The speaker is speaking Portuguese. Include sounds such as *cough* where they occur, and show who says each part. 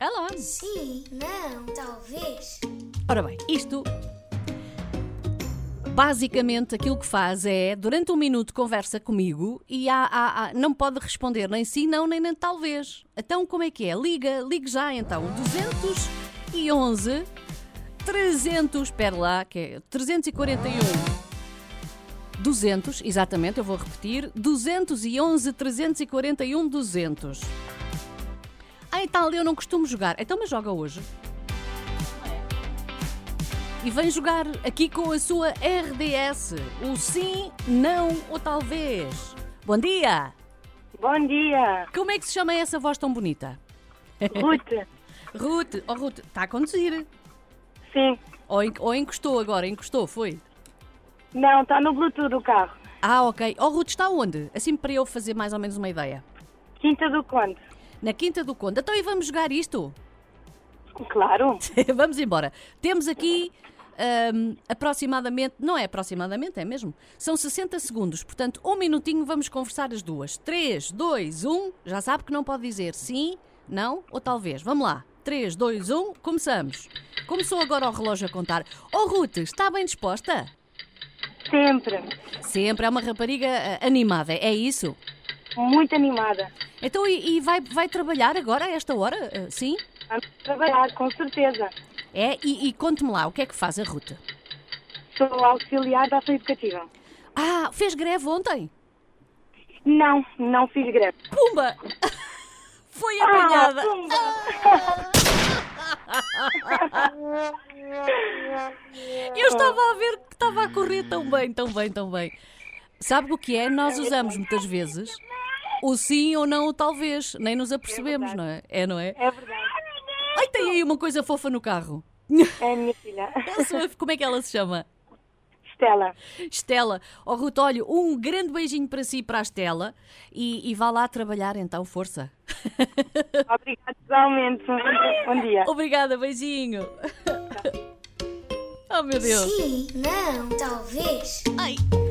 Speaker 1: Alonso.
Speaker 2: Sim, não, talvez.
Speaker 1: Ora bem, isto basicamente aquilo que faz é, durante um minuto, conversa comigo e há- há- há- não pode responder nem sim, não, nem, nem talvez. Então como é que é? Liga, ligue já então. 211 300, espera lá, que é 341. 200, um. exatamente, eu vou repetir. 211 341 200. um, Ah, e tal, eu não costumo jogar. Então, mas joga hoje e vem jogar aqui com a sua RDS. O sim, não ou talvez. Bom dia!
Speaker 3: Bom dia,
Speaker 1: Como é que se chama essa voz tão bonita?
Speaker 3: Ruth.
Speaker 1: Ruth, oh Ruth, está a conduzir.
Speaker 3: Sim.
Speaker 1: Ou, en- ou encostou agora, encostou, foi?
Speaker 3: Não, está no Bluetooth o carro.
Speaker 1: Ah, ok. Oh Ruth, está onde? Assim para eu fazer mais ou menos uma ideia.
Speaker 3: Quinta do Conde.
Speaker 1: Na Quinta do Conde. Então e vamos jogar isto?
Speaker 3: Claro.
Speaker 1: *laughs* Vamos embora. Temos aqui ahm, aproximadamente, não é aproximadamente, é mesmo? São 60 segundos, portanto, um minutinho vamos conversar as duas. 3, 2, 1. Já sabe que não pode dizer sim, não ou talvez. Vamos lá. 3, 2, 1, começamos. Começou agora o relógio a contar. Oh, Ruth, está bem disposta?
Speaker 3: Sempre.
Speaker 1: Sempre é uma rapariga ah, animada, é isso?
Speaker 3: Muito animada.
Speaker 1: Então, e, e vai, vai trabalhar agora, a esta hora? Ah, sim?
Speaker 3: Vamos trabalhar, com certeza.
Speaker 1: É? E, e conte-me lá, o que é que faz a Ruth?
Speaker 3: Sou auxiliar da ação educativa.
Speaker 1: Ah, fez greve ontem?
Speaker 3: Não, não fiz greve.
Speaker 1: Pumba! *laughs* Foi apanhada!
Speaker 3: Ah, pumba.
Speaker 1: *laughs* Eu estava a ver que estava a correr tão bem, tão bem, tão bem. Sabe o que é? Nós usamos muitas vezes o sim ou não, o talvez. Nem nos apercebemos, não é? É, não é?
Speaker 3: É verdade.
Speaker 1: Ai, tem aí uma coisa fofa no carro.
Speaker 3: É a minha filha.
Speaker 1: A sua- Como é que ela se chama?
Speaker 3: Estela.
Speaker 1: Estela. Oh, Ruth, olha, um grande beijinho para si e para a Estela. E, e vá lá trabalhar então, força.
Speaker 3: Obrigada igualmente. Um Bom dia.
Speaker 1: Obrigada, beijinho. *laughs* Oh, meu Deus.
Speaker 2: Sim, não, talvez.
Speaker 1: Ai,